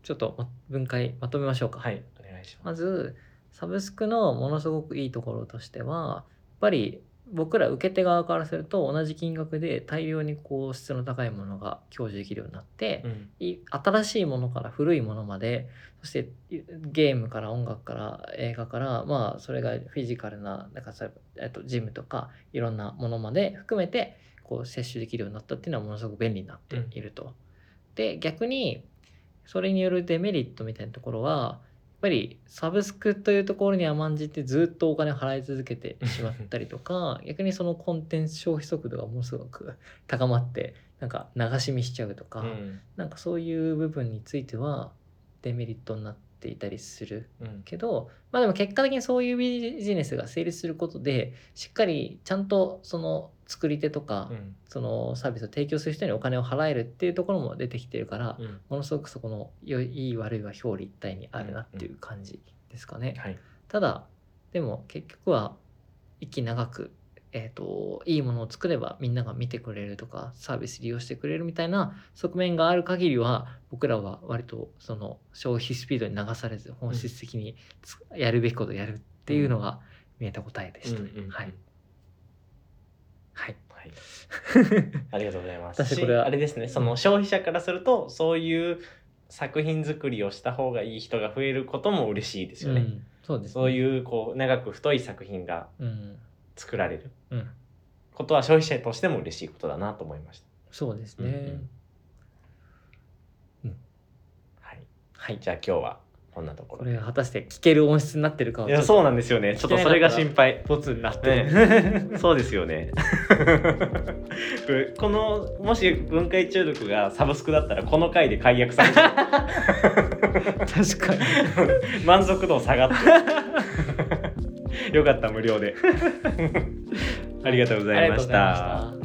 Speaker 2: ちょっとま分解まとめましょうか。
Speaker 3: はい、お願いしま。
Speaker 2: ますずサブスクのものすごくいいところとしてはやっぱり僕ら受け手側からすると同じ金額で大量にこう質の高いものが享受できるようになって、
Speaker 3: うん、
Speaker 2: い新しいものから古いものまでそしていゲームから音楽から映画からまあそれがフィジカルななんかそうえっとジムとかいろんなものまで含めてこう摂取できるようになったっていうのはものすごく便利になっていると。で逆にそれによるデメリットみたいなところはやっぱりサブスクというところに甘んじてずっとお金を払い続けてしまったりとか逆にそのコンテンツ消費速度がものすごく 高まってなんか流し見しちゃうとか。
Speaker 3: うん、
Speaker 2: なんかそういう部分についてはデメリットになっていたりする
Speaker 3: うん、
Speaker 2: けどまあでも結果的にそういうビジネスが成立することでしっかりちゃんとその作り手とか
Speaker 3: うん、
Speaker 2: そのサービスを提供する人にお金を払えるっていうところも出てきてるから
Speaker 3: うん、
Speaker 2: ものすごくそこの良いいい悪いは表裏一体にあるなっていう感じですかね。
Speaker 3: はい、
Speaker 2: ただでも結局は息長く、えー、といいものを作ればみんなが見てくれるとかサービス利用してくれるみたいな側面がある限りは僕らは割とその消費スピードに流されず本質的につやるべきことをやるっていうのが見えた答えでした。
Speaker 3: うんうん
Speaker 2: はい、 はい、
Speaker 3: はい、ありがとうございます。
Speaker 2: 私これは
Speaker 3: しあれですね、その消費者からすると、そういう作品作りをした方がいい人が増えることも嬉しいですよ
Speaker 2: う
Speaker 3: ね。
Speaker 2: んそうですね、
Speaker 3: そ
Speaker 2: う、
Speaker 3: ういうこう長く太い作品が
Speaker 2: うん
Speaker 3: 作られる
Speaker 2: うん、
Speaker 3: ことは消費者としても嬉しいことだなと思いました。
Speaker 2: そうですね。
Speaker 3: うんうんはい、
Speaker 2: はい、
Speaker 3: じゃあ今日はこんなとこ
Speaker 2: こ
Speaker 3: ろ
Speaker 2: れが果たして聞ける音質になってるかはい
Speaker 3: やそうなんですよねちょっとそれが心配
Speaker 2: ボツになってる、
Speaker 3: ね、 そうですよねこのもし分解中毒がサブスクだったらこの回で解約されて
Speaker 2: 確かに。
Speaker 3: 満足度下が ってよかった無料でありがとうございました。
Speaker 2: ありがとうございました